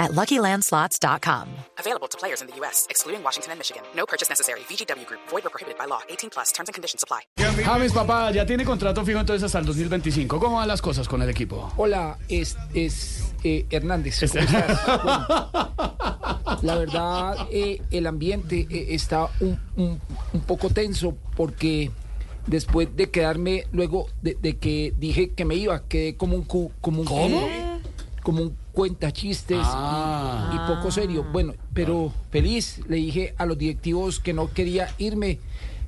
at luckylandslots.com. Available to players in the U.S., excluding Washington and Michigan. No purchase necessary. VGW Group, void or prohibited by law. 18 plus terms and conditions apply. Ah, mis papás, ya tiene contrato fijo entonces hasta el 2025. ¿Cómo van las cosas con el equipo? Hola, es, es eh, Hernández. ¿cómo estás? Bueno, la verdad, eh, el ambiente eh, está un, un- un poco tenso porque después de quedarme, luego de, de que dije que me iba, quedé como un cu- como un ¿Cómo? como un cuenta chistes Ah. y, poco serio. Bueno, pero feliz, le dije a los directivos que no quería irme,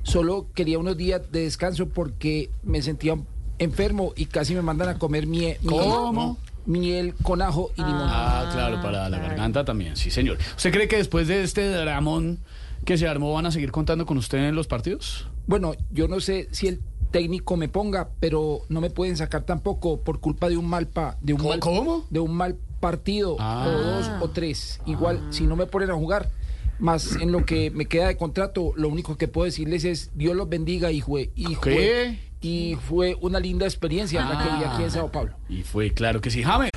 solo quería unos días de descanso porque me sentía enfermo y casi me mandan a comer mie- miel, ¿Cómo? miel con ajo y limón. Ah, claro, para la garganta también, sí, señor. ¿Usted cree que después de este dramón que se armó van a seguir contando con usted en los partidos? Bueno, yo no sé si el técnico me ponga, pero no me pueden sacar tampoco por culpa de un mal pa- de un ¿Cómo- mal, cómo? de un mal partido Ah. o dos o tres. Igual si no me ponen a jugar, más en lo que me queda de contrato, lo único que puedo decirles es Dios los bendiga y fue ¿Qué? y fue y fue una linda experiencia la que vi aquí en Ah. Sao Paulo. Y fue claro que sí, James.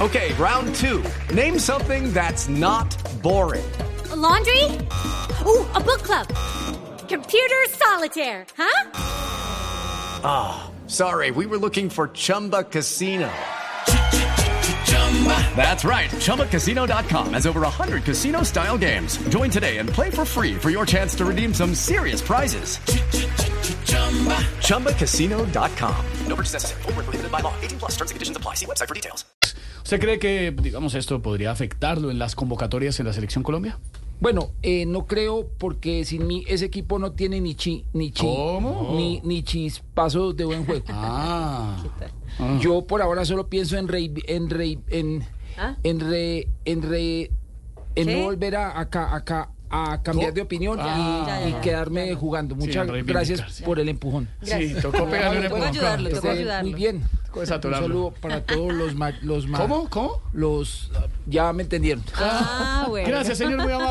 Okay, round two. Name something that's not boring. A laundry? Ooh, a book club. Computer solitaire, huh? Ah, Sorry, we were looking for Chumba Casino. That's right. ChumbaCasino.com has over 100 casino style games. Join today and play for free for your chance to redeem some serious prizes. ChumbaCasino.com. No purchase necessary. Void where prohibited by law. 18 plus terms and conditions apply. See website for details. ¿Usted cree que, digamos, esto podría afectarlo en las convocatorias en la selección Colombia? Bueno, eh, no creo porque sin mí ese equipo no tiene ni chi ni chi ¿Cómo? ni ni chispazos de buen juego. Ah, Yo por ahora solo pienso en rey, en rey, en, en re, en re, en no volver a acá, acá a cambiar de opinión Ah. y, y quedarme jugando. Muchas reivindicarse. gracias por el empujón. sí, tocó pegarle un Bueno, empujón. que Tocó- estén Muy bien. tocó Un desatorarlo. saludo para todos los ma- los ma- ¿Cómo? ¿Cómo? los ah, ya me entendieron. Gracias, señor, muy amable.